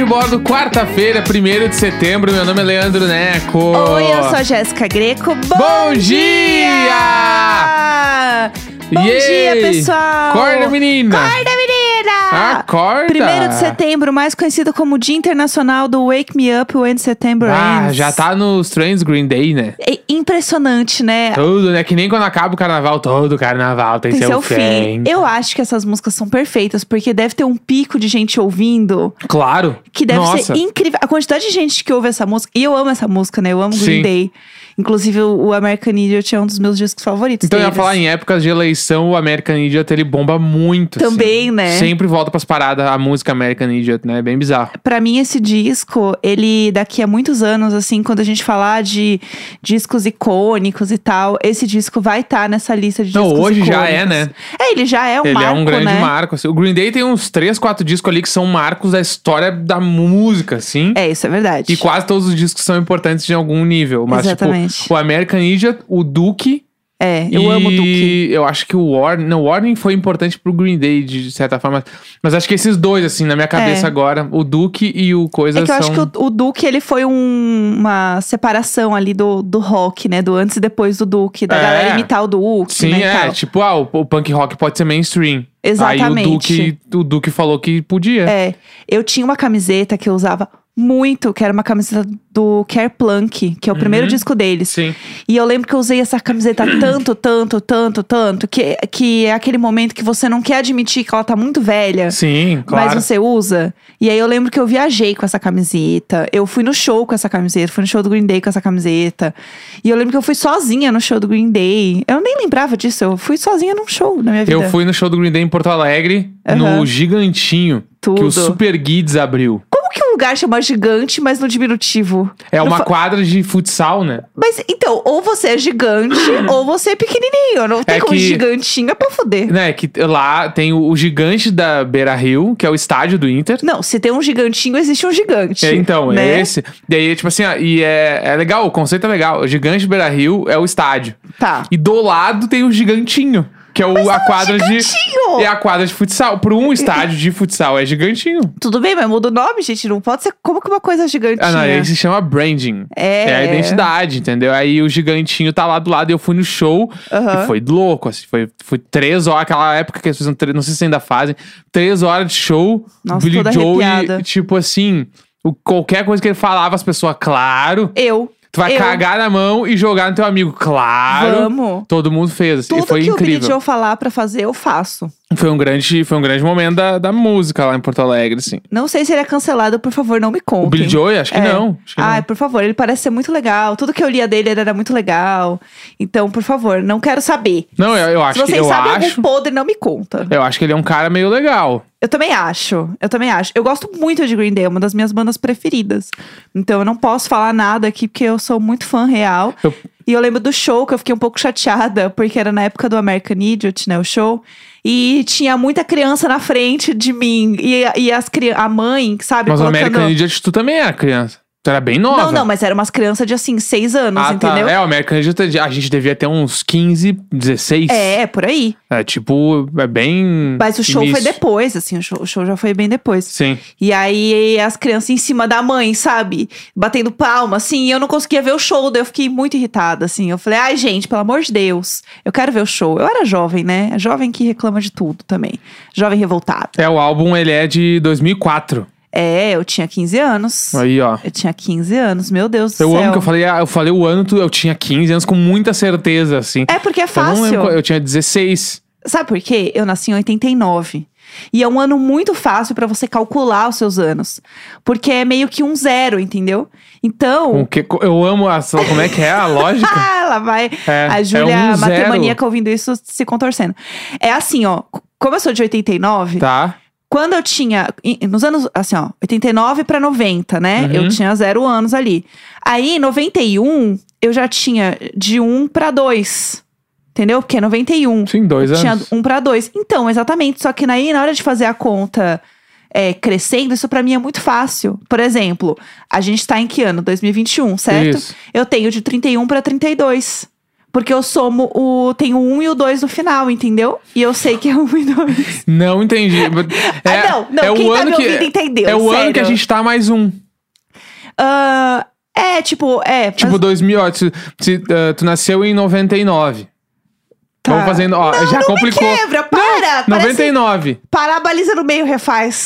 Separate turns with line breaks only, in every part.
Concordo, quarta-feira, 1 de setembro. Meu nome é Leandro Neco.
Oi, eu sou a Jéssica Greco. Bom,
Bom dia!
Bom
Yay!
dia, pessoal!
Acorda, menina! Ah,
Acorda, menina!
Acorda!
1 de setembro, mais conhecido como Dia Internacional do Wake Me Up When September
Ah,
Ends.
já tá nos trends Green Day, né?
É impressionante, né?
Tudo, né? Que nem quando acaba o carnaval, todo carnaval tem,
Tem
seu,
seu fim. Eu acho que essas músicas são perfeitas, porque deve ter um pico de gente ouvindo
Claro.
que deve
Nossa. Então,
ser incrível. A quantidade de gente que ouve essa música, e eu amo essa música, né? Eu amo
Sim.
Green Day. Inclusive, o o American Idiot é um dos meus discos favoritos.
Então eu ia
deles.
falar em épocas de eleição, o American Idiot ele bomba muito. assim.
Também, né?
Sempre volta pras paradas a música American Idiot, né? É bem bizarro.
Pra mim, esse disco, ele daqui a muitos anos, assim, quando a gente falar de discos icônicos e tal, esse disco vai estar nessa lista de
Não,
discos
hoje já
icônicos.
é, né?
É, ele já é um
ele
marco,
é um grande
né?
marco. assim. O Green Day tem uns três, quatro discos ali que são marcos da história da música, assim.
É, isso é verdade.
E quase todos os discos são importantes de algum nível. Mas,
Exatamente.
tipo, o American Idiot, o Duke.
É, eu amo o Duke.
E eu acho que o Warning. Não, o Warning foi importante pro Green Day, de certa forma. Mas acho que esses dois, assim, na minha cabeça
É.
agora, o Duke e o Coisa
É que eu
são.
acho que o, o Duke, ele foi um- uma separação ali do, do rock, né? Do antes e depois do Duke, da
É.
galera imitar o Duke,
Sim,
né? e
é.
tal.
Tipo, ah, o, o punk rock pode ser mainstream.
Exatamente.
Aí o Duke, o Duke falou que podia.
É, eu tinha uma camiseta que eu usava muito, que era uma camiseta do Care Plunk, que é o primeiro
Uhum.
disco deles.
Sim.
E eu lembro que eu usei essa camiseta tanto, tanto, tanto, tanto, que, que é aquele momento que você não quer admitir que ela tá muito velha.
Sim, claro.
Mas você usa. E aí eu lembro que eu viajei com essa camiseta. Eu fui no show com essa camiseta. Fui no show do Green Day com essa camiseta. E eu lembro que eu fui sozinha no show do Green Day. Eu nem lembrava disso. Eu fui sozinha num show na minha vida.
Eu fui no show do Green Day em Porto Alegre,
Aham.
no Gigantinho, que
Tudo.
o Super Guides abriu.
Como que um lugar chama gigante, mas no diminutivo?
É
Não
uma
fa-
quadra de futsal, né?
Mas então, ou você é gigante, ou você é pequenininho. Não tem
É
como
que-
gigantinho, é pra fuder.
né? Que lá tem o, o gigante da Beira Rio, que é o estádio do Inter.
Não, se tem um gigantinho, existe um gigante.
É, então,
né?
é esse. Daí, tipo assim, ó, e é, é legal, o conceito é legal. O gigante Beira Rio é o estádio.
Tá.
E do lado tem o gigantinho, que é o, a quadra
um gigantinho!
de. É a quadra de futsal. Para um estádio de futsal é gigantinho.
Tudo bem, mas muda o nome, gente. Não pode ser como que uma coisa gigantinha.
Ah, não, aí se chama branding.
É.
É a identidade, entendeu? Aí o gigantinho tá lá do lado e eu fui no show
Aham.
e foi louco, assim. Foi, foi três horas, aquela época que as pessoas, tre- não sei se ainda fazem, três horas de show,
Nossa,
Billy
toda
Joel
arrepiada.
e, tipo assim, o, qualquer coisa que ele falava, as pessoas, claro.
Eu.
Tu vai
eu.
cagar na mão e jogar no teu amigo, claro.
Vamos.
Todo mundo fez, assim, e
Tudo
foi
que o Billy
incrível.
Joe falar pra fazer, eu faço.
Foi um grande, foi um grande momento da, da música lá em Porto Alegre, assim.
Não sei se ele é cancelado, por favor, não me conte.
O Billy Joel, acho que
É.
não. Acho que não.
Ai, por favor, ele parece ser muito legal. Tudo que eu lia dele ele era muito legal. Então, por favor, não quero saber.
Não, eu, eu
Se
acho que
vocês
eu
sabem
acho.
algum podre, não me conta.
Eu acho que ele é um cara meio legal.
Eu também acho. Eu também acho. Eu gosto muito de Green Day, é uma das minhas bandas preferidas. Então eu não posso falar nada aqui porque eu sou muito fã real.
Eu-
E eu lembro do show que eu fiquei um pouco chateada, porque era na época do American Idiot, né? O show. E tinha muita criança na frente de mim. E, e as cri... a mãe, sabe?
Mas o
colocando...
American Idiot, tu também era criança. Tu era bem nova.
Não, não, mas eram umas crianças de assim, seis anos,
ah,
entendeu?
tá. É, o American Idiot, a gente devia ter uns 15, 16.
É, por aí.
É, tipo, é bem.
Mas o show
início.
foi depois, assim, o show, o show já foi bem depois.
Sim.
E aí as crianças em cima da mãe, sabe? Batendo palma, assim, e eu não conseguia ver o show, daí eu fiquei muito irritada, assim. Eu falei, ai, gente, pelo amor de Deus, eu quero ver o show. Eu era jovem, né? Jovem que reclama de tudo também. Jovem revoltada.
É, o álbum, ele é de 2004.
É, eu tinha 15 anos.
Aí, ó.
Eu tinha 15 anos, meu Deus do
Eu
céu.
amo que eu falei, ah, eu falei o ano, tu- eu tinha 15 anos com muita certeza, assim.
É porque é
Eu não
fácil.
lembro, qual- eu tinha 16.
Sabe por quê? Eu nasci em 89. E é um ano muito fácil pra você calcular os seus anos. Porque é meio que um zero, entendeu? Então.
Com que, co- eu amo a. Como é que é a lógica?
Ah, ela vai.
É,
a Júlia,
é um
a
zero.
matemaníaca, ouvindo isso, se contorcendo. É assim, ó. c- Como eu sou de 89,
Tá.
quando eu tinha. em- Nos anos. Assim, ó. 89 pra 90, né?
Uhum.
Eu tinha zero anos ali. Aí, em 91, eu já tinha de 1 pra 2. Entendeu? Porque é 91.
Sim, dois
Tinha
anos.
um pra dois. Então, exatamente. Só que aí, na hora de fazer a conta é, crescendo, isso pra mim é muito fácil. Por exemplo, a gente tá em que ano? 2021, certo?
Isso.
Eu tenho de 31 pra 32. Porque eu somo o. Tem o 1 e o 2 no final, entendeu? E eu sei que é 1 e 2.
Não entendi. É,
ah, não, não,
é
quem
o
tá
ano
me
que,
ouvindo entendeu.
É o ano
sério.
que a gente tá mais um.
Ah, é, tipo, é.
Tipo, 2000, ó, se, se, ah, tu nasceu em 99.
Tá.
Vamos fazendo, ó,
Não,
já
não
complicou.
Me quebra, para! parece,
99.
parar a baliza no meio, refaz.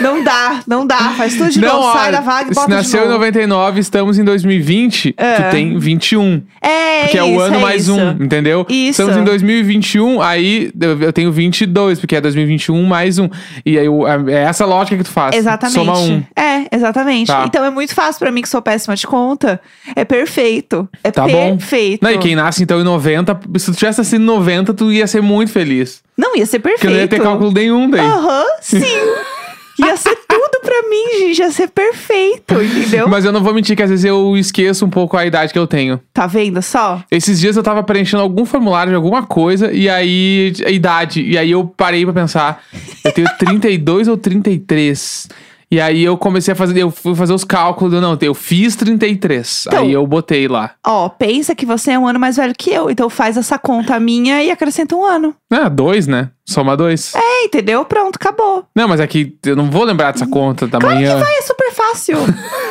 não dá, não dá. Faz tudo de novo,
ó,
sai da vaga
se
e bota
nasceu
de
em
novo.
99, estamos em 2020, tu tem 21.
É,
Que é, o
isso,
ano
é
mais
isso.
um, entendeu?
Isso.
Estamos em 2021, aí eu eu tenho 22, porque é 2021 mais um. E aí o- é essa lógica que tu faz.
Exatamente.
Soma um.
É, exatamente.
Tá.
Então é muito fácil pra mim, que sou péssima de conta. É perfeito. É
Tá bom.
perfeito.
Não, e quem nasce então em 90, se tu tivesse nascido em 90, tu ia ser muito feliz.
Não, ia ser
Porque
perfeito. Ah,
não ia ter cálculo nenhum daí.
Aham, sim. Ia ser tudo pra mim, gente. Ia ser perfeito, entendeu?
Mas eu não vou mentir que às vezes eu esqueço um pouco a idade que eu tenho.
Tá vendo só?
Esses dias eu tava preenchendo algum formulário de alguma coisa e aí a idade, e aí eu parei pra pensar, eu tenho 32 ou 33. E aí eu comecei a fazer, eu fui fazer os cálculos, eu, não, eu fiz 33.
Então-
aí eu botei lá.
Ó, pensa que você é um ano mais velho que eu, então faz essa conta minha e acrescenta um ano.
Ah, dois, né? Soma dois.
É, entendeu? Pronto, acabou.
Não, mas aqui eu não vou lembrar dessa conta da
Claro
manhã.
que vai, é super fácil.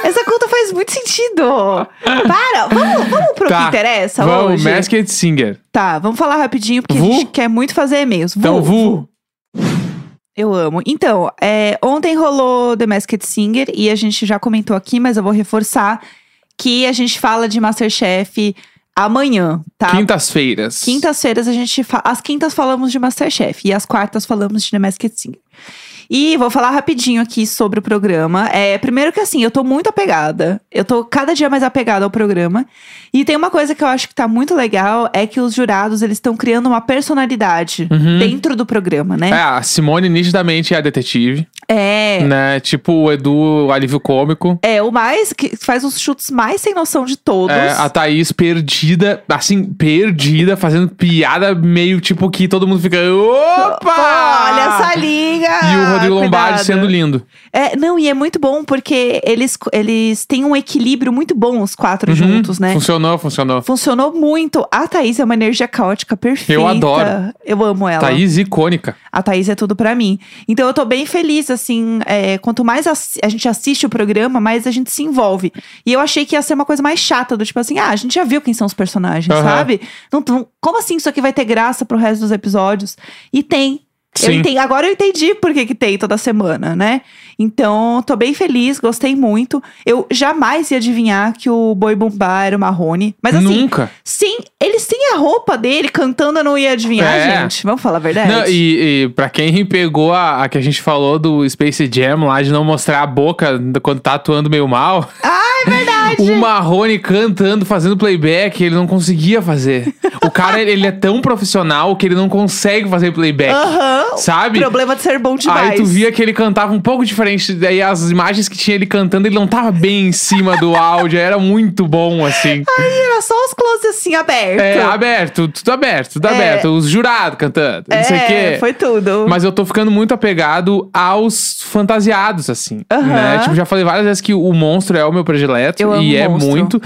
Essa conta faz muito sentido. Para, vamos, vamos pro
Tá,
que interessa
Vamos,
hoje.
Masked Singer.
Tá, vamos falar rapidinho, porque
Vu?
a gente quer muito fazer e-mails.
Então,
Vu,
Vu.
Eu amo. Então, é, ontem rolou The Masked Singer e a gente já comentou aqui, mas eu vou reforçar que a gente fala de Masterchef amanhã, tá?
Quintas-feiras.
Quintas-feiras a gente. Fa... Às quintas falamos de Masterchef e às quartas falamos de The Masked Singer. E vou falar rapidinho aqui sobre o programa. É, primeiro que assim, eu tô muito apegada. Eu tô cada dia mais apegada ao programa. E tem uma coisa que eu acho que tá muito legal é que os jurados, eles estão criando uma personalidade
Uhum.
dentro do programa,
É,
né?
a Simone nitidamente é a detetive,
É.
né? Tipo o Edu, o alívio cômico.
É, o mais que faz os chutes mais sem noção de todos.
É, a Thaís perdida, assim, perdida, fazendo piada meio tipo que todo mundo fica. Opa!
Pô, Olha essa liga!
E o Rodrigo Lombardi
Cuidado.
sendo lindo.
É, não, e é muito bom porque eles, eles têm um equilíbrio muito bom, os
Uhum.
quatro juntos, né?
Funcionou, funcionou.
Funcionou muito. A Thaís é uma energia caótica perfeita.
Eu adoro.
Eu amo ela.
Thaís icônica.
A Thaís é tudo pra mim. Então eu tô bem feliz, assim. é, quanto mais assi- a gente assiste o programa, mais a gente se envolve. E eu achei que ia ser uma coisa mais chata, do tipo assim, ah, a gente já viu quem são os personagens,
Aham.
sabe? Não- não- como assim isso aqui vai ter graça pro resto dos episódios? E tem. Eu
Sim.
entendi, agora eu entendi por que, que tem toda semana, né? Então, tô bem feliz, gostei muito. Eu jamais ia adivinhar que o Boi Bumbá era o Marrone. Mas assim,
Nunca.
sem, eles têm a roupa dele cantando, eu não ia adivinhar,
É.
gente. Vamos falar a verdade.
Não, e, e pra quem pegou a, a que a gente falou do Space Jam lá, de não mostrar a boca quando tá atuando meio mal. Ah, é verdade! o Marrone cantando, fazendo playback, ele não conseguia fazer. o cara, ele, ele é tão profissional que ele não consegue fazer playback.
Aham.
Sabe?
Problema de ser bom demais.
Aí tu via que ele cantava um pouco diferente. Daí as imagens que tinha ele cantando, ele não tava bem em cima do áudio. Era muito bom, assim.
Era só os close assim abertos.
É, aberto, tudo aberto, tudo
É.
aberto. Os jurados cantando, não sei o quê.
foi tudo.
Mas eu tô ficando muito apegado aos fantasiados, assim.
Aham.
Né? Tipo, já falei várias vezes que o monstro é o meu predileto.
Eu amo
e é
monstro.
muito.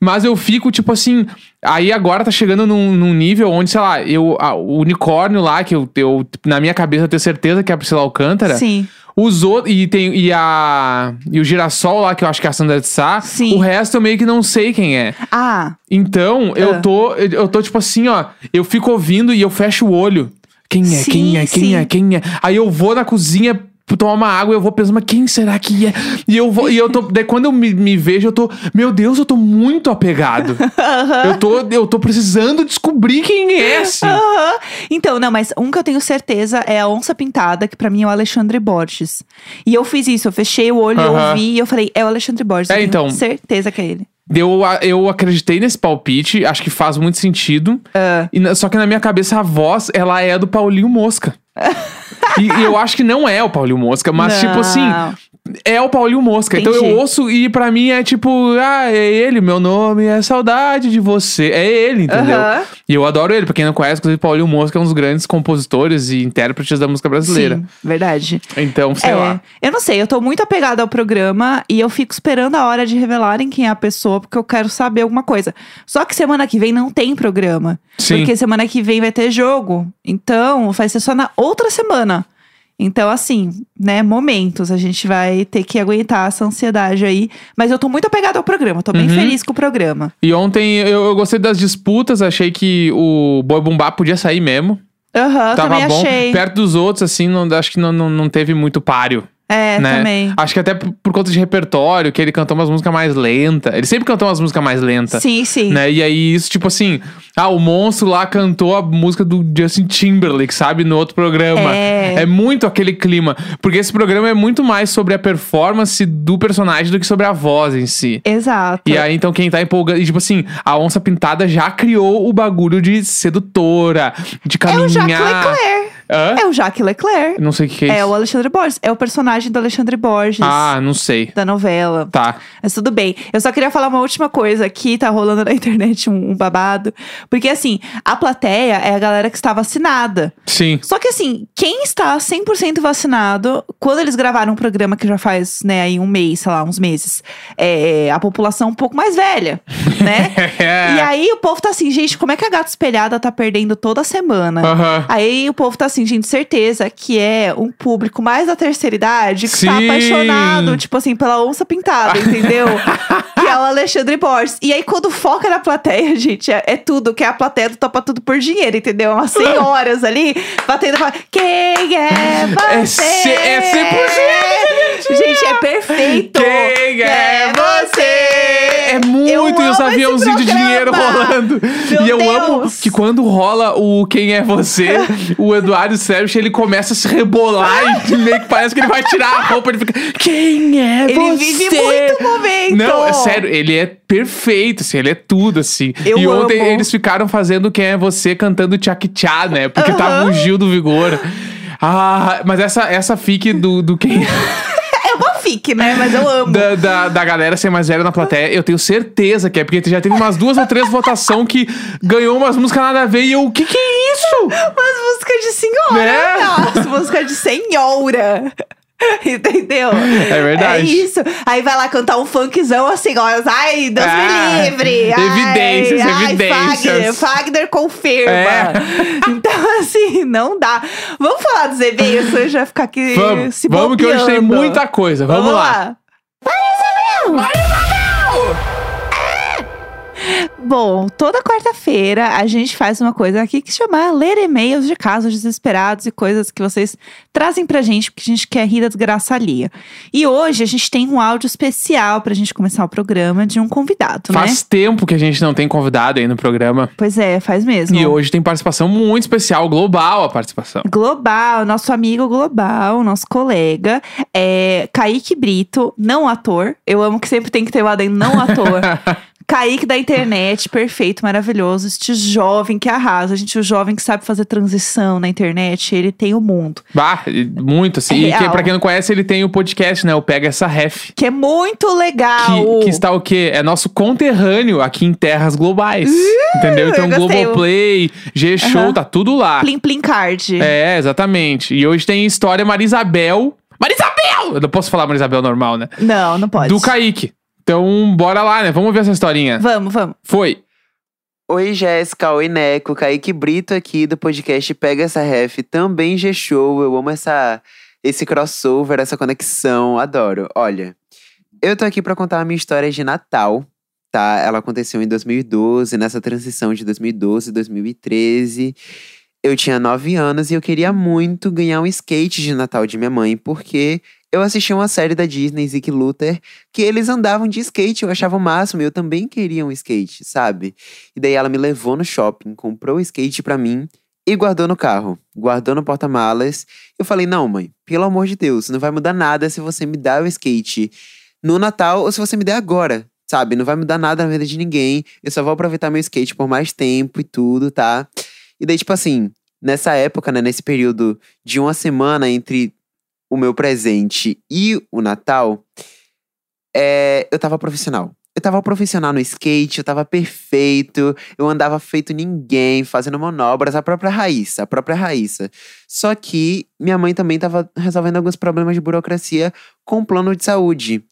Mas eu fico, tipo assim. Aí agora tá chegando num, num nível onde, sei lá, eu, a- o unicórnio lá, que eu, eu, na minha cabeça, eu tenho certeza que é a Priscila Alcântara.
Sim.
Os outros. E tem. E a. E o girassol lá, que eu acho que é a Sandra de Sá.
Sim.
O resto eu meio que não sei quem é.
Ah,
Então,
Ah.
eu tô. Eu tô tipo assim, ó. Eu fico ouvindo e eu fecho o olho. Quem é,
Sim,
quem é, quem
sim.
é, quem é? Aí eu vou na cozinha p- tomar uma água, eu vou pensando, mas quem será que é? E eu vou. E eu tô. Daí quando eu me, me vejo, eu tô. Meu Deus, eu tô muito apegado. eu, tô, eu tô precisando descobrir quem é, assim.
aham. Então, não, mas um que eu tenho certeza é a onça pintada, que pra mim é o Alexandre Borges. E eu fiz isso, eu fechei o olho, eu
Aham.
ouvi e eu falei, é o Alexandre Borges.
É,
eu tenho
então.
certeza que é ele.
Eu, a- eu acreditei nesse palpite, acho que faz muito sentido.
Ah.
E na- só que na minha cabeça a voz, ela é a do Paulinho Mosca. e, e eu acho que não é o Paulinho Mosca, mas tipo assim, É o Paulinho Mosca. Então
Entendi.
eu ouço e pra mim é tipo, ah, é ele, meu nome é saudade de você. É ele, entendeu?
Aham.
E eu adoro ele. Pra quem não conhece, inclusive, Paulinho Mosca é um dos grandes compositores e intérpretes da música brasileira.
Sim, verdade.
Então, sei
É,
lá.
Eu não sei, eu tô muito apegada ao programa e eu fico esperando a hora de revelarem quem é a pessoa, porque eu quero saber alguma coisa. Só que semana que vem não tem programa.
Sim.
Porque semana que vem vai ter jogo. Então, vai ser só na outra semana. Então, assim, né, momentos. A gente vai ter que aguentar essa ansiedade aí. Mas eu tô muito apegada ao programa, tô bem
Uhum.
feliz com o programa.
E ontem eu, eu gostei das disputas, achei que o Boi Bumbá podia sair mesmo.
Aham, eu
Tava
também
bom.
achei.
Perto dos outros, assim, não, acho que não, não, não teve muito páreo.
É,
né?
também.
Acho que até por, por conta de repertório, que ele cantou umas músicas mais lentas. Ele sempre cantou umas músicas mais lentas.
Sim, sim.
Né? E aí, isso, tipo assim, ah, o monstro lá cantou a música do Justin Timberlake, sabe? No outro programa.
É.
muito aquele clima. Porque esse programa é muito mais sobre a performance do personagem do que sobre a voz em si.
Exato.
E aí, então, quem tá empolgando. E, tipo assim, a onça pintada já criou o bagulho de sedutora, de
é o Jacques
caminhar.
Leclerc.
Hã?
É o Jacques Leclerc.
Não sei o que, que é,
É
isso.
o Alexandre Borges. É o personagem do Alexandre Borges.
Ah, não sei.
Da novela.
Tá.
Mas tudo bem. Eu só queria falar uma última coisa que tá rolando na internet um, um babado. Porque, assim, a plateia é a galera que está vacinada.
Sim.
Só que, assim, quem está 100% vacinado, quando eles gravaram um programa que já faz, né, aí um mês, sei lá, uns meses, é a população um pouco mais velha, né? E aí o povo tá assim, gente, como é que a gata espelhada tá perdendo toda semana?
Aham.
Aí o povo tá assim, gente, certeza que é um público mais da terceira idade que tá
Sim.
apaixonado, tipo assim, pela onça pintada, entendeu? que é o Alexandre Borges. E aí quando foca na plateia, gente, é, é tudo, que é a plateia do Topa Tudo por Dinheiro, entendeu? Umas senhoras ali, batendo palma. Quem é
É
você?
cem- é 100%
Gente, é perfeito.
Quem é você? É
Eu
muito, e
amo
os
esse
aviãozinhos de
programa.
dinheiro rolando.
Meu
e eu
Deus.
amo que quando rola o Quem é Você, o Eduardo Sérgio, ele começa a se rebolar e meio que parece que ele vai tirar a roupa. Ele fica, quem é
Ele
você?
vive muito momento.
Não, é sério, ele é perfeito, assim, ele é tudo, assim.
Eu
e ontem
amo.
eles ficaram fazendo Quem é Você cantando Tchak Tchá, né? Porque tava
Aham.
o Gil do Vigor. Ah, mas essa, essa fique do, do Quem
É uma fic, né? Mas eu amo.
da, da, da galera ser mais velha na plateia, eu tenho certeza que é, porque já teve umas duas ou três votação que ganhou umas músicas nada a ver e eu, o que que é isso?
Umas músicas de senhora,
Né?
né? Umas músicas de senhora. Entendeu? É
verdade.
É isso. Aí vai lá cantar um funkzão, as senhoras. Ai, Deus
Ah,
me livre.
evidências,
ai, Ai, Fagner,
evidências.
Fagner confirma.
É.
Então, assim, não dá. Vamos falar dos e-mails, senão a gente vai ficar aqui
Vamos,
se
vamos que hoje tem
bobeando.
muita coisa, vamos, lá.
Bom, toda quarta-feira a gente faz uma coisa aqui que se chama ler e-mails de casos desesperados e coisas que vocês trazem pra gente, porque a gente quer rir da desgraça alheia. E hoje a gente tem um áudio especial pra gente começar o programa de um convidado, né?
Faz tempo que a gente não tem convidado aí no programa.
Pois é, faz mesmo.
E hoje tem participação muito especial, global a participação.
Global, nosso amigo global, nosso colega, é Kaique Brito, não ator. Eu amo que sempre tem que ter o adendo não ator. Kaique da internet, perfeito, maravilhoso. Este jovem que arrasa. Gente, o jovem que sabe fazer transição na internet, ele tem o mundo.
Bah, e muito assim.
É
e que,
real.
pra quem não conhece, ele tem o podcast, né? O Pega Essa Ref.
Que é muito legal.
Que, que está o quê? É nosso conterrâneo aqui em terras globais. entendeu? Então,
eu gostei.
Globoplay, G-Show,
Aham.
tá tudo lá.
Plim Plim Card.
É, exatamente. E hoje tem história Marisabel. Marisabel! Eu não posso falar Marisabel normal, né?
Não, não pode.
Do Kaique. Então, bora lá, né? Vamos ver essa historinha.
Vamos, vamos.
Foi.
Oi, Jéssica, oi, Neco, Kaique Brito aqui do podcast Pega Essa Ref, também G-Show, eu amo essa, esse crossover, essa conexão, adoro. Olha, eu tô aqui pra contar a minha história de Natal, tá? Ela aconteceu em 2012, nessa transição de 2012 2013. Eu tinha 9 anos e eu queria muito ganhar um skate de Natal de minha mãe, porque eu assisti uma série da Disney, Zeke Luther, que eles andavam de skate, eu achava o máximo, e eu também queria um skate, sabe? E daí ela me levou no shopping, comprou o skate pra mim e guardou no carro, guardou no porta-malas. Eu falei: "Não, mãe, pelo amor de Deus, não vai mudar nada se você me dar o skate no Natal ou se você me der agora". Sabe, não vai mudar nada na vida de ninguém. Eu só vou aproveitar meu skate por mais tempo e tudo, tá? E daí tipo assim, nessa época, né, nesse período de uma semana entre o meu presente e o Natal, é, eu tava profissional. Eu tava profissional no skate, eu tava perfeito, eu andava feito ninguém, fazendo manobras, a própria Raíssa, a própria Raíssa. Só que minha mãe também tava resolvendo alguns problemas de burocracia com o plano de saúde.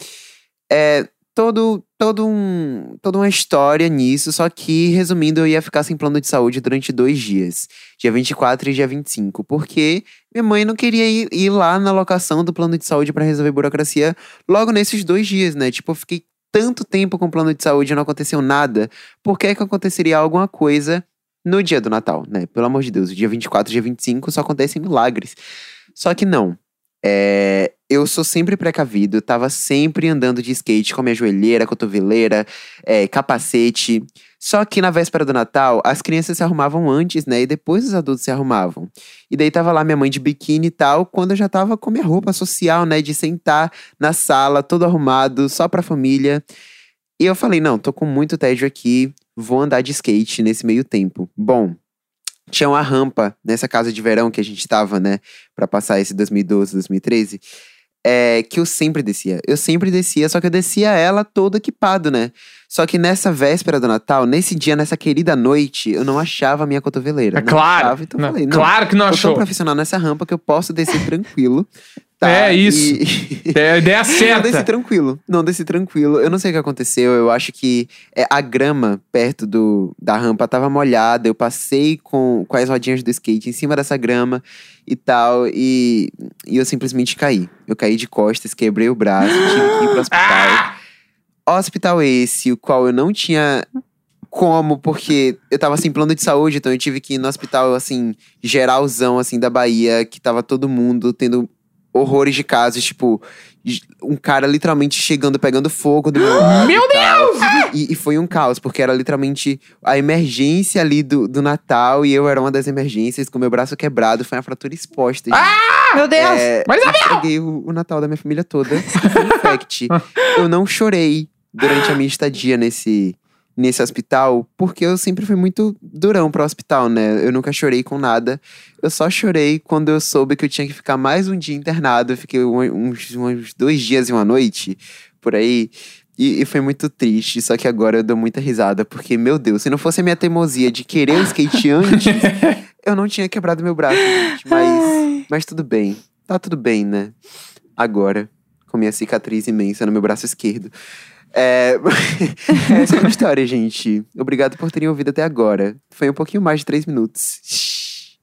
É, todo, todo um, toda uma história nisso, só que, resumindo, eu ia ficar sem plano de saúde durante dois dias, dia 24 e dia 25, porque minha mãe não queria ir, ir lá na locação do plano de saúde para resolver burocracia logo nesses dois dias, né? Tipo, eu fiquei tanto tempo com o plano de saúde e não aconteceu nada, por que, que aconteceria alguma coisa no dia do Natal, né? Pelo amor de Deus, o dia 24 e dia 25 só acontecem milagres. Só que não. É, eu sou sempre precavido, tava sempre andando de skate com a minha joelheira, cotoveleira, é, capacete. Só que na véspera do Natal, as crianças se arrumavam antes, né? E depois os adultos se arrumavam. E daí tava lá minha mãe de biquíni e tal, quando eu já tava com minha roupa social, né? De sentar na sala, todo arrumado, só pra família. E eu falei, não, tô com muito tédio aqui, vou andar de skate nesse meio tempo. Bom, tinha uma rampa nessa casa de verão que a gente tava, né, Pra passar esse 2012, 2013, é, que eu sempre descia. Eu sempre descia, só que eu descia ela todo equipado, né? Só que nessa véspera do Natal, nesse dia, nessa querida noite, eu não achava a minha cotoveleira.
É
Não
claro.
achava, então eu
Não,
falei, não,
claro que não
eu sou
achou.
tão é um profissional nessa rampa que eu posso descer tranquilo. tá?
É isso.
E-
É a ideia
Não desci
certa.
tranquilo. Não desci tranquilo. Eu não sei o que aconteceu. Eu acho que é, a grama perto do, da rampa tava molhada. Eu passei com, com as rodinhas do skate em cima dessa grama e tal. E, e eu simplesmente caí. Eu caí de costas, quebrei o braço, tive que ir pro hospital.
Ah!
Hospital é esse, o qual eu não tinha como, porque eu tava sem plano de saúde, então eu tive que ir no hospital, assim, geralzão, assim, da Bahia, que tava todo mundo tendo horrores de casos, tipo, j- um cara literalmente chegando, pegando fogo do meu lado.
Meu
e tal. E, e foi um caos, porque era literalmente a emergência ali do, do Natal, e eu era uma das emergências, com meu braço quebrado, foi uma fratura exposta. gente.
Ah,
Meu Deus!
É,
Mas,
eu estraguei o, o Natal da minha família toda. Fun fact, eu não chorei durante a minha estadia nesse, nesse hospital, porque eu sempre fui muito durão para hospital, né? Eu nunca chorei com nada. Eu só chorei quando eu soube que eu tinha que ficar mais um dia internado. Eu fiquei um- uns, uns dois dias e uma noite por aí. E, e foi muito triste, só que agora eu dou muita risada, porque, meu Deus, se não fosse a minha teimosia de querer o skate antes, eu não tinha quebrado meu braço, gente. Mas
Ai.
mas tudo bem. Tá tudo bem, né? Agora, com minha cicatriz imensa no meu braço esquerdo. É... Essa é a minha história, gente. Obrigado por terem ouvido até agora. Foi um pouquinho mais de três minutos.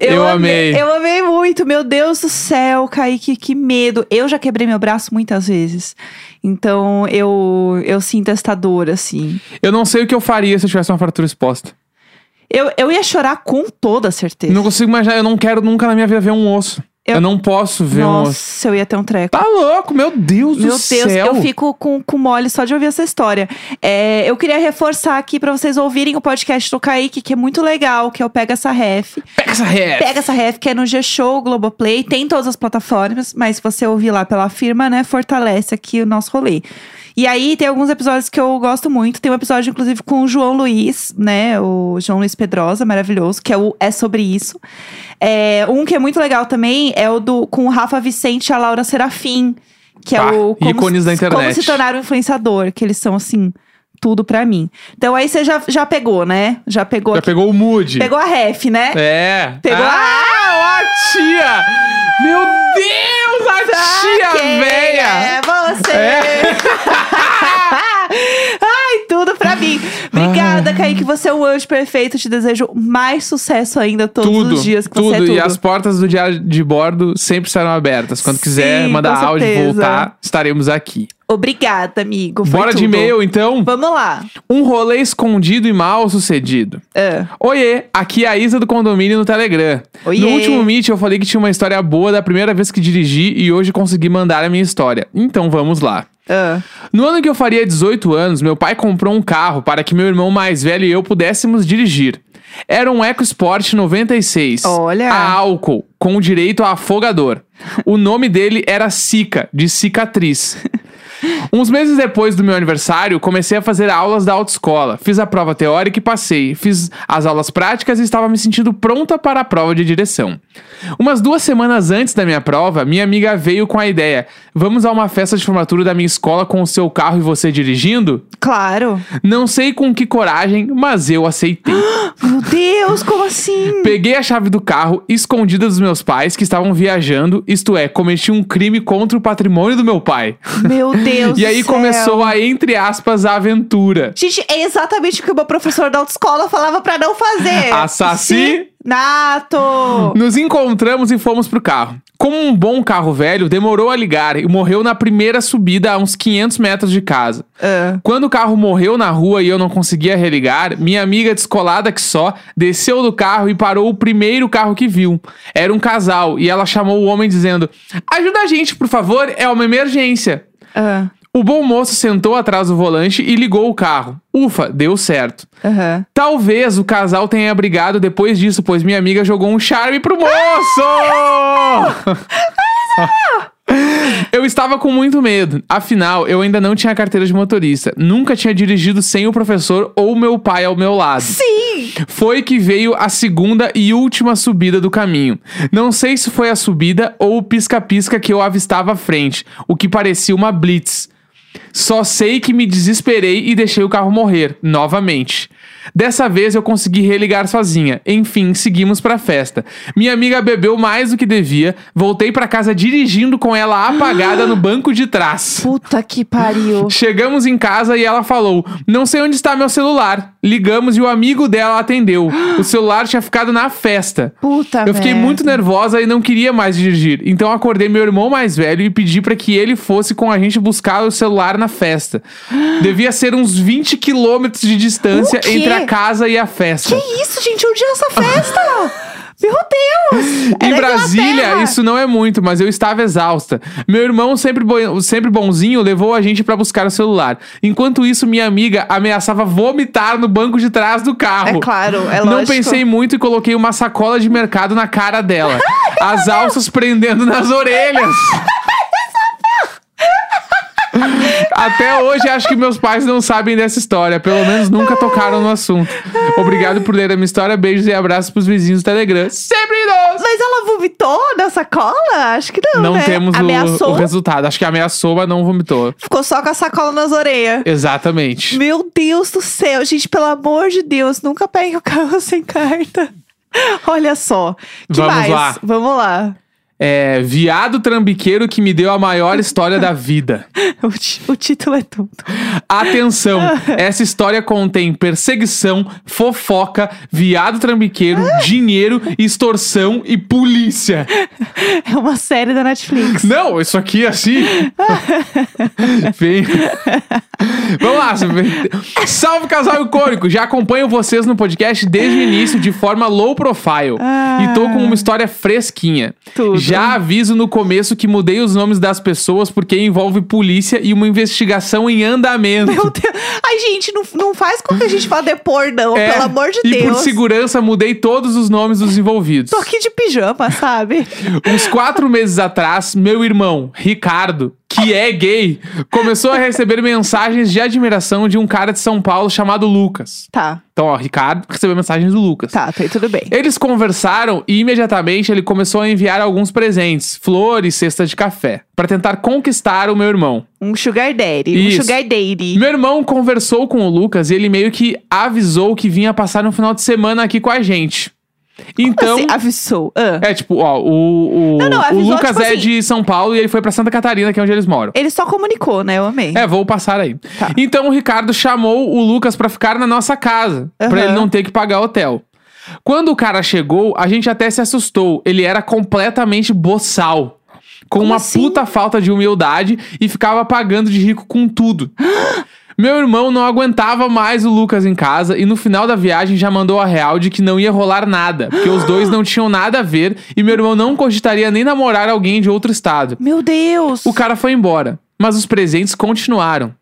Eu amei.
Eu amei muito. Meu Deus do céu, Kaique, que medo. Eu já quebrei meu braço muitas vezes. Então eu, eu sinto esta dor, assim.
Eu não sei o que eu faria se eu tivesse uma fratura exposta.
Eu, eu ia chorar com toda certeza.
Não consigo imaginar, eu não quero nunca na minha vida ver um osso. Eu,
Eu-
não posso ver um osso.
Nossa, eu ia ter um treco.
Tá louco, meu Deus
Meu
do
Deus,
céu.
eu fico com, com mole só de ouvir essa história. É, eu queria reforçar aqui pra vocês ouvirem o podcast do Kaique, que é muito legal, que é o Pega Essa Ref.
Pega essa ré.
Pega Essa Ref, que é no G-Show, Globoplay, tem em todas as plataformas, mas se você ouvir lá pela firma, né, fortalece aqui o nosso rolê. E aí tem alguns episódios que eu gosto muito. Tem um episódio, inclusive, com o João Luiz, né? O João Luiz Pedrosa, maravilhoso, que é o É Sobre Isso. É, um que é muito legal também é o do com o Rafa Vicente e a Laura Serafim, que
Pá,
é o
Ah, ícones da internet.
Como se tornar um influenciador, que eles são assim, tudo pra mim. Então aí você já, já pegou, né? Já pegou
Já
aqui.
pegou o mood.
Pegou a ref, né?
É.
Pegou
ah, ó a tia. Meu Deus, a tia
Tá, Quem
velha.
É você! Ai, tudo pra mim. Obrigada, Kaique. Você é um anjo perfeito. Te desejo mais sucesso ainda todos
Tudo,
os dias que
tudo.
você é tudo.
E as portas do diário de bordo sempre estarão abertas. Quando quiser
Sim,
mandar
com
áudio e
certeza.
voltar, estaremos aqui.
Obrigada, amigo. Foi
Bora de
tudo.
e-mail, então.
Vamos lá.
Um rolê escondido e mal sucedido.
É.
Oiê, aqui é a Isa do condomínio no Telegram.
Oiê.
No último Meet eu falei que tinha uma história boa da primeira vez que dirigi e hoje consegui mandar a minha história. Então vamos lá.
Ah.
No ano que eu faria 18 anos, meu pai comprou um carro para que meu irmão mais velho e eu pudéssemos dirigir. Era um EcoSport 96.
Olha.
A álcool, com direito a afogador. O nome dele era Sica, de cicatriz. Uns meses depois do meu aniversário, comecei a fazer aulas da autoescola. Fiz a prova teórica e passei. Fiz as aulas práticas e estava me sentindo pronta para a prova de direção. Umas duas semanas antes da minha prova, minha amiga veio com a ideia: vamos a uma festa de formatura da minha escola com o seu carro e você dirigindo?
Claro.
Não sei com que coragem, mas eu aceitei.
Meu Deus, como assim?
Peguei a chave do carro, escondida dos meus pais que estavam viajando, isto é, cometi um crime contra o patrimônio do meu pai.
Meu Deus.
E aí
do céu.
começou a, entre aspas, a aventura.
Gente, é exatamente o que o meu professor da autoescola falava pra não fazer. Ah,
Assassinato!
Nato!
Nos encontramos e fomos pro carro. Como um bom carro velho, demorou a ligar e morreu na primeira subida a uns 500 metros de casa.
Ah,
Quando o carro morreu na rua e eu não conseguia religar, minha amiga descolada que só desceu do carro e parou o primeiro carro que viu. Era um casal e ela chamou o homem dizendo: Ajuda a gente, por favor, é uma emergência.
Ah,
O bom moço sentou atrás do volante e ligou o carro. Ufa, deu certo.
aham.
Talvez o casal tenha brigado depois disso, pois minha amiga jogou um charme pro moço! Eu estava com muito medo. Afinal, eu ainda não tinha carteira de motorista. Nunca tinha dirigido sem o professor ou meu pai ao meu lado.
Sim!
Foi que veio a segunda e última subida do caminho. Não sei se foi a subida ou o pisca-pisca que eu avistava à frente, o que parecia uma blitz. Só sei que me desesperei e deixei o carro morrer, novamente. Dessa vez eu consegui religar sozinha. Enfim, seguimos pra festa. Minha amiga bebeu mais do que devia, voltei pra casa dirigindo com ela apagada no banco de trás.
Puta que pariu.
Chegamos em casa e ela falou: Não sei onde está meu celular. Ligamos e o amigo dela atendeu. O celular tinha ficado na festa.
Puta
Eu fiquei
merda.
muito nervosa e não queria mais dirigir. Então acordei meu irmão mais velho e pedi pra que ele fosse com a gente buscar o celular na festa. Devia ser uns 20 quilômetros de distância
O quê?
entre a casa e a festa.
Que isso, gente? Onde é essa festa? Meu Deus! É
Em
da
Brasília,
Inglaterra.
isso não é muito, mas eu estava exausta. Meu irmão, sempre, boi- sempre bonzinho, levou a gente pra buscar o celular. Enquanto isso, minha amiga ameaçava vomitar no banco de trás do carro.
É claro, é
Não
lógico.
pensei muito e coloquei uma sacola de mercado na cara dela. As alças prendendo nas orelhas. Até hoje acho que meus pais não sabem dessa história. Pelo menos nunca tocaram no assunto. Obrigado por ler a minha história. Beijos e abraços pros vizinhos do Telegram. Sempre nós!
Mas ela vomitou na sacola? Acho que não,
Não
né?
temos o-
Ameaçou,
o, resultado. Acho que ameaçou, mas não vomitou.
ficou só com a sacola nas orelhas.
Exatamente.
Meu Deus do céu, gente, pelo amor de Deus, nunca pegue o carro sem carta. Olha só. Que
Vamos
mais?
lá.
Vamos lá.
É, viado trambiqueiro que me deu a maior história da vida.
O, ti- o título é tudo.
Atenção, essa história contém perseguição, fofoca, viado trambiqueiro,
Ah!
dinheiro, extorsão e polícia.
É uma série da Netflix.
Não, isso aqui é assim. Vem. Vamos lá. Salve casal icônico. Já acompanho vocês no podcast desde o início de forma low profile.
Ah.
E tô com uma história fresquinha.
Tudo.
Já aviso no começo que mudei os nomes das pessoas porque envolve polícia e uma investigação em andamento.
Meu Deus. Ai, gente, não, não faz com que a gente vá depor, não,
É,
pelo amor de
e
Deus.
por segurança, mudei todos os nomes dos envolvidos.
Tô aqui de pijama, sabe?
Uns quatro meses atrás, meu irmão, Ricardo, que é gay, começou a receber mensagens de admiração de um cara de São Paulo chamado Lucas.
Tá,
Então, ó, Ricardo recebeu mensagens do Lucas.
tá, tá tudo bem.
Eles conversaram e imediatamente ele começou a enviar alguns presentes, flores, cesta de café, pra tentar conquistar o meu irmão.
Um sugar daddy,
Isso.
um sugar daddy.
Meu irmão conversou com o Lucas e ele meio que avisou que vinha passar um final de semana aqui com a gente. Então,
Assim, avisou. Ah.
É, tipo, ó, o, o,
Não, não,
o
avisou,
Lucas
tipo
é
assim.
de São Paulo e ele foi pra Santa Catarina, que é onde eles moram.
Ele só comunicou, né? Eu amei.
É, vou passar aí.
Tá.
Então o Ricardo chamou o Lucas pra ficar na nossa casa, pra
Aham.
ele não ter que pagar hotel. Quando o cara chegou, a gente até se assustou. Ele era completamente boçal. Com
Como
uma
assim?
puta falta de humildade e ficava pagando de rico com tudo. Meu irmão não aguentava mais o Lucas em casa e no final da viagem já mandou a real de que não ia rolar nada, porque os dois não tinham nada a ver e meu irmão não cogitaria nem namorar alguém de outro estado.
Meu Deus.
O cara foi embora, mas os presentes continuaram.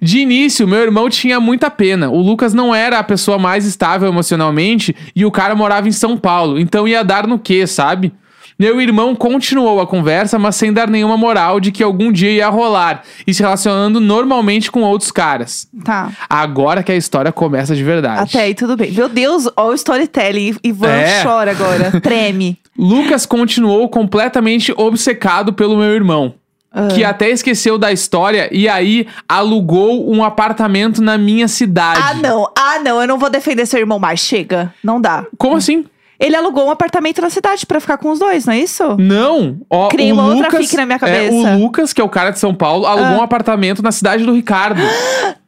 De início, meu irmão tinha muita pena. O Lucas não era a pessoa mais estável emocionalmente e o cara morava em São Paulo, então ia dar no quê, sabe? Meu irmão continuou a conversa, mas sem dar nenhuma moral de que algum dia ia rolar e se relacionando normalmente com outros caras.
Tá.
Agora que a história começa de verdade.
Até aí tudo bem. Meu Deus, olha o storytelling. Ivan
É.
chora agora. Treme.
Lucas continuou completamente obcecado pelo meu irmão.
Ah.
Que até esqueceu da história e aí alugou um apartamento na minha cidade.
Ah, não. Ah, não. Eu não vou defender seu irmão mais. Chega. Não dá.
Como assim?
Ele alugou um apartamento na cidade pra ficar com os dois, não é isso?
Não. Ó,
Criei
o
uma outra
Lucas,
fic na minha
é,
cabeça. Ah.
o Lucas, que é o cara de São Paulo, alugou um apartamento na cidade do Ricardo.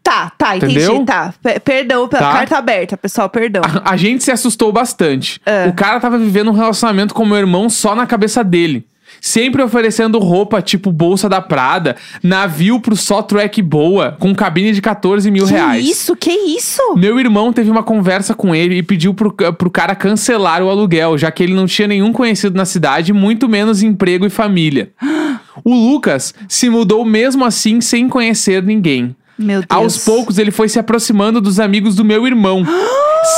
Tá, tá, entendi.
Entendeu?
Tá. Pe- Perdão pela
Tá.
carta aberta, pessoal. Perdão.
A, a gente se assustou bastante.
Ah.
O cara tava vivendo um relacionamento com o meu irmão só na cabeça dele. Sempre oferecendo roupa tipo bolsa da Prada, navio pro só track boa, com cabine de 14 mil
que
reais.
isso? Que isso?
Meu irmão teve uma conversa com ele e pediu pro, ca- pro cara cancelar o aluguel, já que ele não tinha nenhum conhecido na cidade, muito menos emprego e família. O Lucas se mudou mesmo assim sem conhecer ninguém.
Meu Deus.
Aos poucos ele foi se aproximando dos amigos do meu irmão.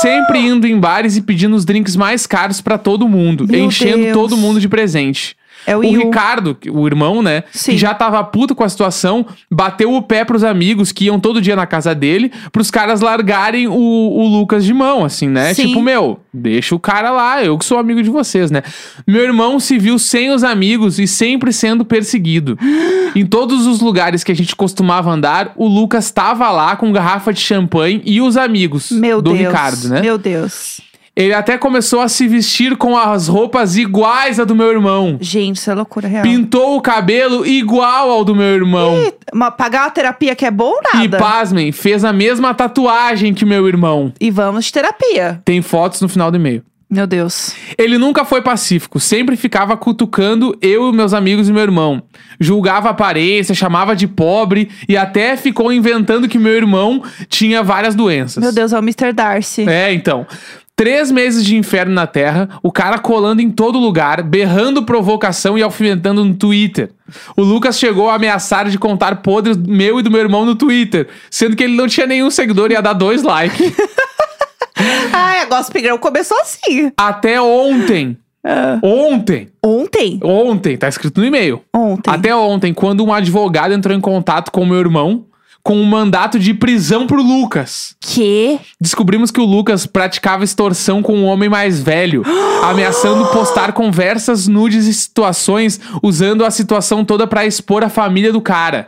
sempre indo em bares e pedindo os drinks mais caros pra todo mundo,
Meu
enchendo
Deus.
todo mundo de presente.
É o
O
Yu.
Ricardo, que- o irmão, né?
Sim.
Que já tava puto com a situação, bateu o pé pros amigos que iam todo dia na casa dele, pros caras largarem o, o Lucas de mão, assim, né?
Sim.
Tipo, meu, deixa o cara lá, eu que sou amigo de vocês, né? Meu irmão se viu sem os amigos e sempre sendo perseguido. em todos os lugares que a gente costumava andar, o Lucas tava lá com garrafa de champanhe e os amigos
Meu
do
Deus.
Ricardo, né?
Meu Deus.
Ele até começou a se vestir com as roupas iguais a do meu irmão.
Gente, isso é loucura real.
Pintou o cabelo igual ao do meu irmão.
Uma, pagar uma terapia que é bom ou
E
nada?
pasmem, fez a mesma tatuagem que meu irmão.
E vamos de terapia.
Tem fotos no final do e-mail.
Meu Deus.
Ele nunca foi pacífico, sempre ficava cutucando eu e meus amigos e meu irmão. Julgava a aparência, chamava de pobre e até ficou inventando que meu irmão tinha várias doenças.
Meu Deus, é o Mr. Darcy.
É, então. Três meses de inferno na Terra, o cara colando em todo lugar, berrando provocação e alfimentando no Twitter. O Lucas chegou a ameaçar de contar podres meu e do meu irmão no Twitter, sendo que ele não tinha nenhum seguidor e ia dar dois likes.
Ai, a Gossip Girl começou assim.
Até ontem. Ontem.
Ontem?
Ontem, tá escrito no e-mail.
Ontem.
Até ontem, quando um advogado entrou em contato com o meu irmão com um mandato de prisão pro Lucas.
Que?
Descobrimos que o Lucas praticava extorsão com um homem mais velho, ameaçando postar conversas nudes e situações, usando a situação toda pra expor a família do cara.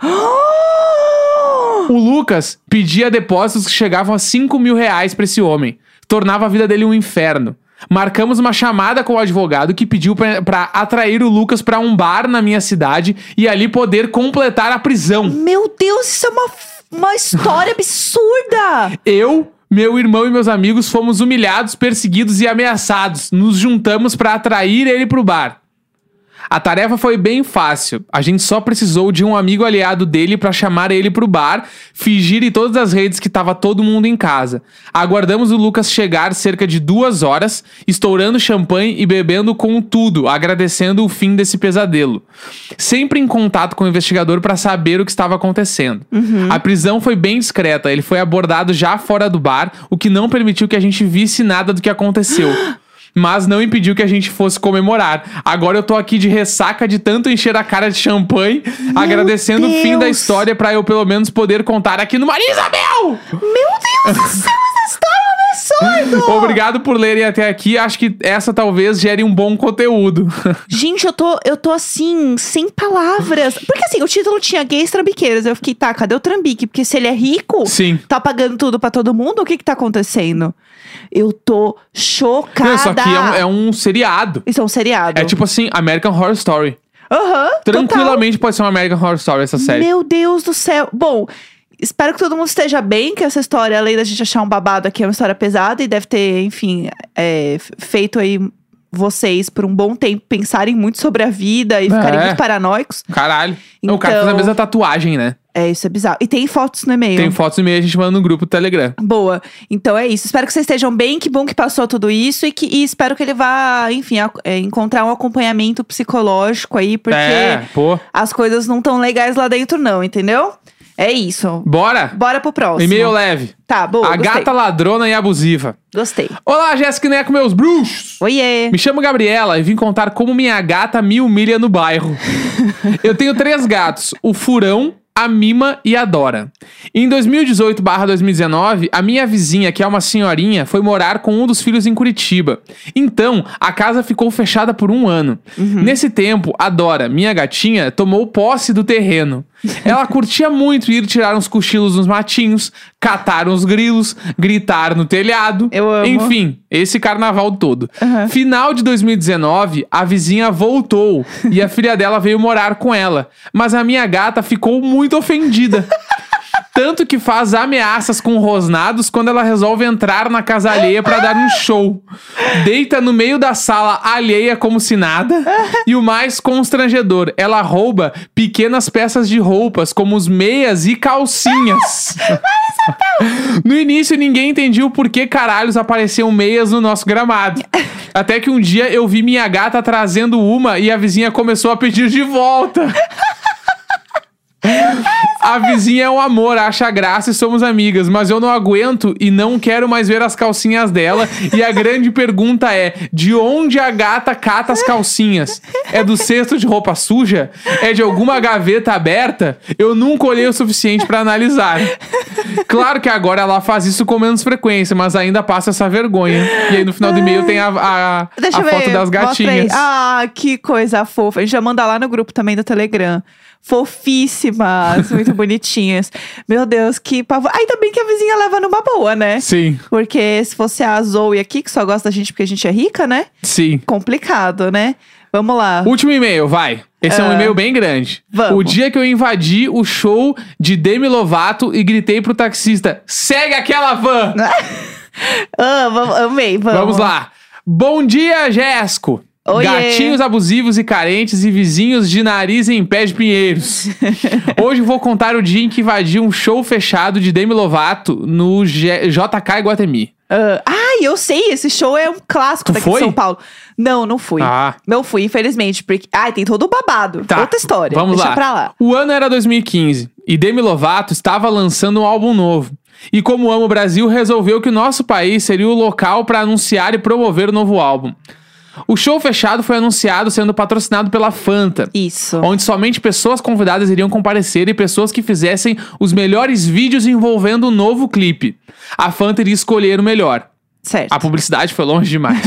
O Lucas pedia depósitos que chegavam a 5 mil reais pra esse homem. Tornava a vida dele um inferno. Marcamos uma chamada com o advogado que pediu pra- pra atrair o Lucas pra um bar na minha cidade e ali poder completar a prisão.
Meu Deus, isso é uma, f- uma história absurda!
Eu, meu irmão e meus amigos fomos humilhados, perseguidos e ameaçados. Nos juntamos para atrair ele pro bar. A tarefa foi bem fácil. A gente só precisou de um amigo aliado dele para chamar ele pro bar, fingir em todas as redes que tava todo mundo em casa. Aguardamos o Lucas chegar cerca de duas horas, estourando champanhe e bebendo com tudo, agradecendo o fim desse pesadelo. Sempre em contato com o investigador para saber o que estava acontecendo. A prisão foi bem discreta. Ele foi abordado já fora do bar, o que não permitiu que a gente visse nada do que aconteceu. Mas não impediu que a gente fosse comemorar. Agora eu tô aqui de ressaca de tanto encher a cara de champanhe, agradecendo o fim da
Deus.
história pra eu pelo menos poder contar aqui no Maria Isabel!
Meu Deus do céu, essa história é um absurdo!
Obrigado por lerem até aqui. Acho que essa talvez gere um bom conteúdo.
Gente, eu tô, eu tô assim, sem palavras. Porque assim, o título tinha gays trambiqueiros. Eu fiquei, tá, cadê o trambique? Porque se ele é rico,
Sim.
tá pagando tudo pra todo mundo, o que que tá acontecendo? Eu tô chocada.
Não, isso aqui é um, é um seriado.
Isso é um seriado.
É tipo assim, American Horror Story.
Aham, total.
Tranquilamente pode ser uma American Horror Story essa série.
Meu Deus do céu. Bom, espero que todo mundo esteja bem, que essa história, além da gente achar um babado aqui, é uma história pesada e deve ter, enfim, é, f- feito aí vocês por um bom tempo pensarem muito sobre a vida e ficarem
É.
muito paranoicos.
Caralho. Não, O cara
Então-
fez a mesma tatuagem, né?
É, isso é bizarro. E tem fotos no e-mail.
Tem fotos e meia a gente manda no grupo do Telegram.
Boa. Então é isso. Espero que vocês estejam bem. Que bom que passou tudo isso. E, que, e espero que ele vá, enfim, a- é, encontrar um acompanhamento psicológico aí, porque
É, pô.
as coisas não tão legais lá dentro, não, entendeu? É isso.
Bora!
Bora pro próximo.
E-mail leve.
Tá, boa.
a
gostei.
gata ladrona e abusiva.
Gostei.
Olá, Jéssica e Neco, meus bruxos!
Oiê.
Me chamo Gabriela e vim contar como minha gata me humilha no bairro. Eu tenho três gatos: o Furão, a Mima e a Dora. Em 2018/2019, a minha vizinha, que é uma senhorinha, foi morar com um dos filhos em Curitiba. Então, a casa ficou fechada por um ano.
Uhum.
Nesse tempo, a Dora, minha gatinha, tomou posse do terreno. Ela curtia muito ir tirar uns cochilos nos matinhos, catar uns grilos, gritar no telhado.
Eu amo.
Enfim, esse carnaval todo.
Aham.
Final de 2019, a vizinha voltou e a filha dela veio morar com ela. Mas a minha gata ficou muito ofendida. Tanto que faz ameaças com rosnados quando ela resolve entrar na casa alheia pra dar um show. Deita no meio da sala alheia como se nada. E o mais constrangedor, ela rouba pequenas peças de roupas, como os meias e calcinhas. No início, ninguém entendia o porquê caralhos apareciam meias no nosso gramado. Até que um dia eu vi minha gata trazendo uma e a vizinha começou a pedir de volta. A vizinha é um amor, acha graça e somos amigas, mas eu não aguento e não quero mais ver as calcinhas dela. E a grande pergunta é: de onde a gata cata as calcinhas? É do cesto de roupa suja? É de alguma gaveta aberta? Eu nunca olhei o suficiente pra analisar. Claro que agora ela faz isso com menos frequência, mas ainda passa essa vergonha. E aí no final do e-mail tem a, a-
Deixa
a
eu ver.
foto das
mostra aí.
gatinhas.
Ah, que coisa fofa. A gente já manda lá no grupo também do Telegram. Fofíssimas, muito bonitinhas. Meu Deus, que pavor. Ainda bem que a vizinha leva numa boa, né?
Sim,
Porque se fosse a Zoe aqui, que só gosta da gente porque a gente é rica, né?
sim.
Complicado, né? Vamos lá.
Último e-mail, vai. Esse é um e-mail bem grande.
Ah. vamos.
O dia que eu invadi o show de Demi Lovato e gritei pro taxista: segue aquela van!
Ah, vamos, amei, vamos.
Vamos lá. Bom dia, Jéssico.
Oiê.
Gatinhos abusivos e carentes e vizinhos de nariz em pé de pinheiros. Hoje vou contar o dia em que invadi um show fechado de Demi Lovato no G- JK Guatemi.
Ah, ai, eu sei, esse show é um clássico
Tu
daqui
foi?
de São Paulo. Não, não fui.
Ah.
Não fui, infelizmente. Porque... Ai, tem todo o babado.
Tá.
Outra história.
Vamos
Deixa
lá.
pra lá.
O ano era 2015 e Demi Lovato estava lançando um álbum novo. E como ama o Brasil, resolveu que o nosso país seria o local para anunciar e promover o novo álbum. O show fechado foi anunciado sendo patrocinado pela Fanta,
Isso.
onde somente pessoas convidadas iriam comparecer e pessoas que fizessem os melhores vídeos envolvendo o novo clipe. A Fanta iria escolher o melhor.
Certo.
A publicidade foi longe demais.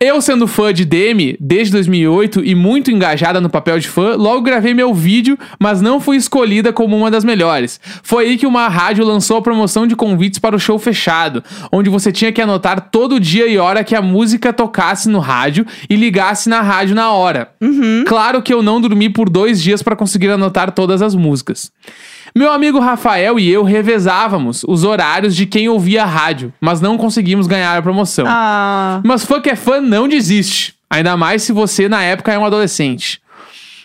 eu, sendo fã de Demi desde 2008 e muito engajada no papel de fã, logo gravei meu vídeo, mas não fui escolhida como uma das melhores. Foi aí que uma rádio lançou a promoção de convites para o show fechado, onde você tinha que anotar todo dia e hora que a música tocasse no rádio e ligasse na rádio na hora. Claro que eu não dormi por dois dias para conseguir anotar todas as músicas. Meu amigo Rafael e eu revezávamos os horários de quem ouvia a rádio, mas não conseguimos ganhar a promoção.
Ah,
Mas fã que é fã não desiste. Ainda mais se você, na época, é um adolescente.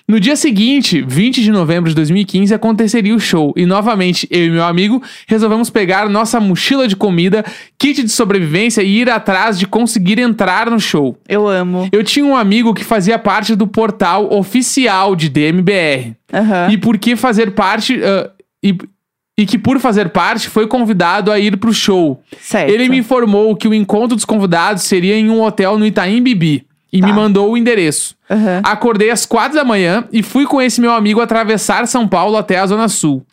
No dia seguinte, 20 de novembro de 2015, aconteceria o show. E novamente, eu e meu amigo resolvemos pegar nossa mochila de comida, kit de sobrevivência e ir atrás de conseguir entrar no show.
eu amo.
Eu tinha um amigo que fazia parte do portal oficial de DMBR.
Aham.
E por que fazer parte. ah, e, e que por fazer parte foi convidado a ir pro show.
Certo.
Ele me informou que o encontro dos convidados seria em um hotel no Itaim Bibi. E
Tá.
me mandou o endereço.
Aham.
Acordei às quatro da manhã e fui com esse meu amigo atravessar São Paulo até a Zona Sul.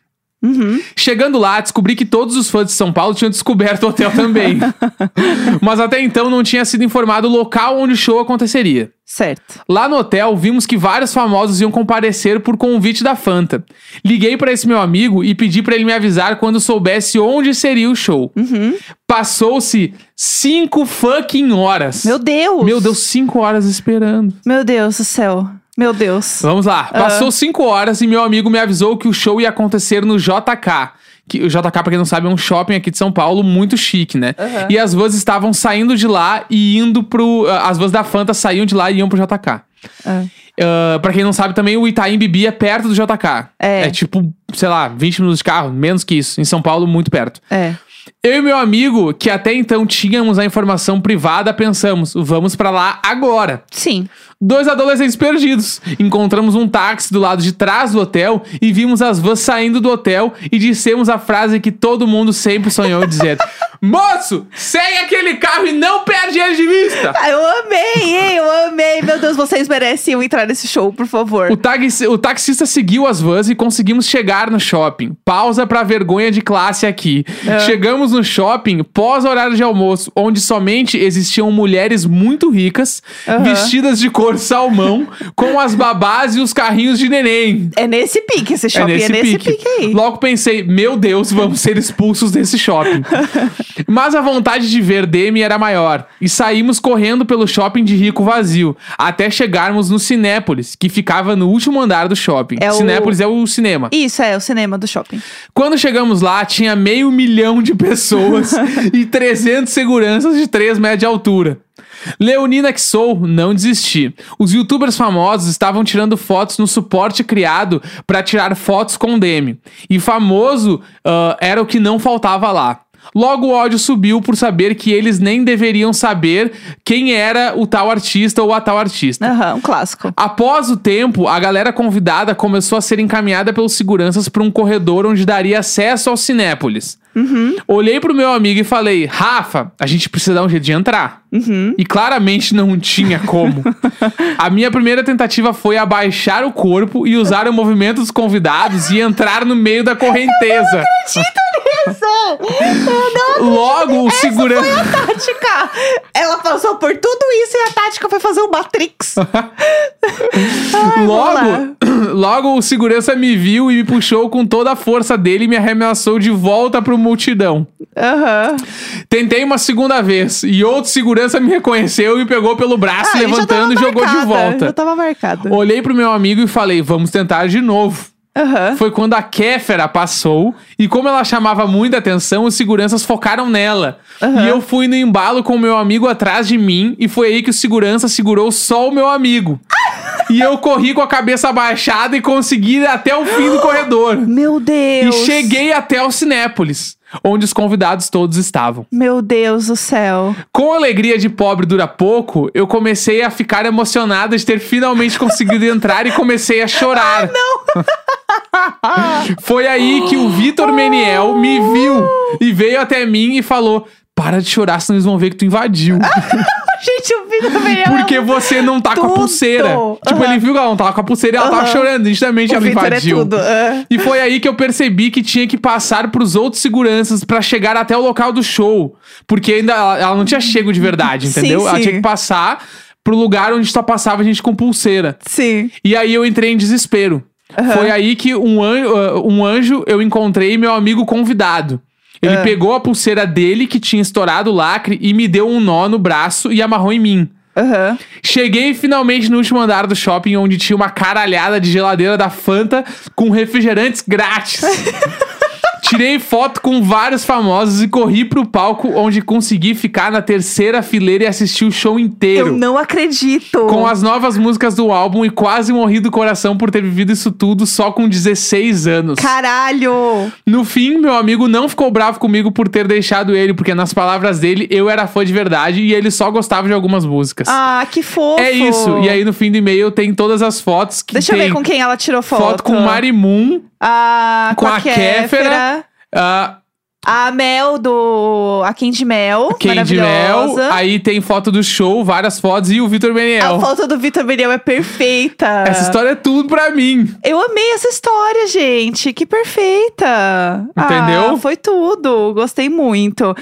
Uhum.
Chegando lá, descobri que todos os fãs de São Paulo tinham descoberto o hotel também. Mas até então não tinha sido informado o local onde o show aconteceria.
Certo.
Lá no hotel, vimos que vários famosos iam comparecer por convite da Fanta. Liguei pra esse meu amigo e pedi pra ele me avisar quando soubesse onde seria o show.
Uhum.
Passou-se cinco fucking horas.
Meu Deus.
Meu Deus, cinco horas esperando.
Meu Deus do céu. Meu Deus.
Vamos lá. Passou cinco horas e meu amigo me avisou que o show ia acontecer no JK. Que, o JK, pra quem não sabe, é um shopping aqui de São Paulo muito chique, né?
Aham.
E as vans estavam saindo de lá e indo pro. ah, As vans da Fanta saíam de lá e iam pro JK.
Ah,
Ah, pra quem não sabe também, o Itaim Bibi é perto do JK.
É.
tipo, sei lá, 20 minutos de carro, menos que isso. Em São Paulo, muito perto.
é.
Eu e meu amigo, que até então tínhamos a informação privada, pensamos, vamos pra lá agora.
Sim.
Dois adolescentes perdidos. Encontramos um táxi do lado de trás do hotel e vimos as vans saindo do hotel e dissemos a frase que todo mundo sempre sonhou dizer: Moço, segue aquele carro e não perde ele de vista!
Ah, eu amei, hein? Eu amei. Meu Deus, vocês mereciam entrar nesse show, por favor.
O, taxi- o taxista seguiu as vans e conseguimos chegar no shopping. Pausa pra vergonha de classe aqui.
Ah.
Chegamos no shopping pós horário de almoço, onde somente existiam mulheres muito ricas,
Aham.
vestidas de cor salmão, com as babás e os carrinhos de neném.
É nesse pique esse shopping, é nesse, pique. aí.
Logo pensei, meu Deus, vamos ser expulsos desse shopping. Mas a vontade de ver Demi era maior. E saímos correndo pelo shopping de Rico Vazio, até chegarmos no Cinépolis, que ficava no último andar do shopping.
É o-
Cinépolis é o cinema.
Isso, é, o cinema do shopping.
Quando chegamos lá, tinha meio milhão de pessoas e 300 seguranças de 3 metros de altura. Leonina que sou, não desisti. Os youtubers famosos estavam tirando fotos no suporte criado para tirar fotos com Demi. E famoso ah, era o que não faltava lá. Logo o ódio subiu por saber que eles nem deveriam saber quem era o tal artista ou a tal artista.
Aham, um clássico.
Após o tempo, a galera convidada começou a ser encaminhada pelos seguranças para um corredor onde daria acesso ao Cinépolis. Olhei pro meu amigo e falei: Rafa, a gente precisa dar um jeito de entrar. E claramente não tinha como. a minha primeira tentativa foi abaixar o corpo e usar o movimento dos convidados e entrar no meio da correnteza. Logo, o segurança.
é Tática! Ela passou por tudo isso e a tática foi fazer o Matrix.
Logo, logo o segurança me viu e me puxou com toda a força dele e me arremessou de volta pro multidão.
Aham.
Tentei uma segunda vez e outro segurança me reconheceu e pegou pelo braço,
Ah, ele já
levantando e
tava
jogou de
marcada, Já
volta.
tava marcado.
Olhei pro meu amigo e falei: "Vamos tentar de novo".
Aham.
Foi quando a Kéfera passou e como ela chamava muita atenção, os seguranças focaram nela. E eu fui no embalo com o meu amigo atrás de mim e foi aí que o segurança segurou só o meu amigo. e eu corri com a cabeça abaixada e consegui ir até o fim do corredor.
Meu
E
Deus.
cheguei até o Cinépolis, onde os convidados todos estavam.
Meu Deus do céu.
Com a alegria de pobre dura pouco, eu comecei a ficar emocionada de ter finalmente conseguido entrar e comecei a chorar.
Ah,
não! Foi aí que o Vitor Meniel me viu e veio até mim e falou: Para de chorar, senão eles vão ver que tu invadiu.
Gente, o é Vitor Meniel.
Porque você não tá com a
Ah, Tudo.
pulseira. Tipo,
Aham.
ele viu que ela não tava com a pulseira e ela tava
Aham.
chorando. Nitidamente
o
ela
Vitor é
invadiu.
tudo. ah.
E foi aí que eu percebi que tinha que passar pros outros seguranças pra chegar até o local do show. Porque ainda ela, ela não tinha chego de verdade,
Sim,
entendeu? Ela
sim.
tinha que passar pro lugar onde só passava a gente com pulseira.
Sim.
E aí eu entrei em desespero. Foi aí que um anjo, um anjo eu encontrei meu amigo convidado. Ele
Ah.
pegou a pulseira dele, que tinha estourado o lacre, e me deu um nó no braço e amarrou em mim.
Aham.
Cheguei finalmente no último andar do shopping, onde tinha uma caralhada de geladeira da Fanta com refrigerantes grátis. Tirei foto com vários famosos e corri pro palco, onde consegui ficar na terceira fileira e assistir o show
Eu
inteiro.
não acredito.
Com as novas músicas do álbum e quase morri do coração por ter vivido isso tudo só com 16 anos.
Caralho.
No fim, meu amigo não ficou bravo comigo por ter deixado ele, porque nas palavras dele, eu era fã de verdade e ele só gostava de algumas músicas.
Ah, que fofo.
É isso. E aí no fim do e-mail tem todas as fotos que
Deixa eu
tem
ver com quem ela tirou foto.
foto. com Marimun,
Ah, com,
com a Kéfera.
Kéfera.
ah,
A Mel do. A Candy Mel.
Candy Mel,
maravilhosa.
aí tem foto do show, várias fotos e o Vitor
A
Meniel.
foto do Vitor Meniel é perfeita.
Essa história é tudo pra mim.
Eu amei essa história, gente. Que perfeita.
Entendeu?
Ah, foi tudo. Gostei muito.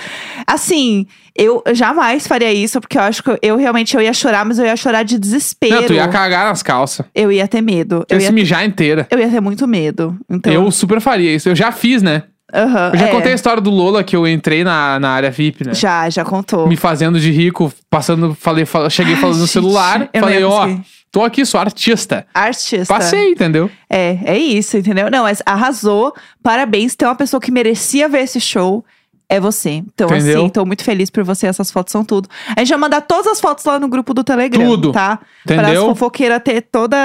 Assim, eu jamais faria isso, porque eu acho que eu, eu realmente eu ia chorar, mas eu ia chorar de desespero.
Não, tu ia cagar nas calças.
Eu ia ter medo.
Eu
Eu
ia se
ia,
mijar inteira.
eu ia ter muito medo. Então,
Eu super faria isso. Eu já fiz, né?
aham,
Eu já
é.
contei a história do Lola que eu entrei na, na área VIP, né?
Já, já contou.
Me fazendo de rico, passando, falei, fal- cheguei
Ai,
falando no
gente,
celular,
eu não
falei,
ia
ó,
conseguir.
tô aqui, sou artista.
Artista.
Passei, entendeu?
É, é isso, entendeu? Não, mas arrasou. Parabéns. Tem uma pessoa que merecia ver esse show. É você. Então,
Entendeu?
assim, tô muito feliz por você. Essas fotos são tudo. A gente vai mandar todas as fotos lá no grupo do Telegram,
Tudo.
tá? Pra as
Entendeu?
fofoqueiras ter toda,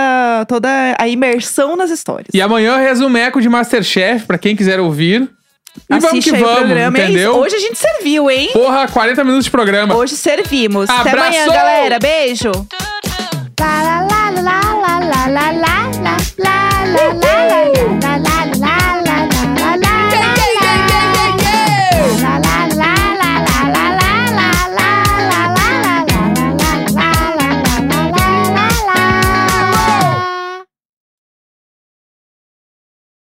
toda a imersão nas histórias.
um E amanhã resumeco de Masterchef, pra quem quiser ouvir. E vamos
Assiste
que
aí o
vamos,
programa. É isso.
entendeu?
Hoje a gente serviu, hein?
Porra, 40 minutos de programa.
Hoje servimos. Até
Abraço!
amanhã, galera. Beijo.
La la la la la la la la la la la la la la.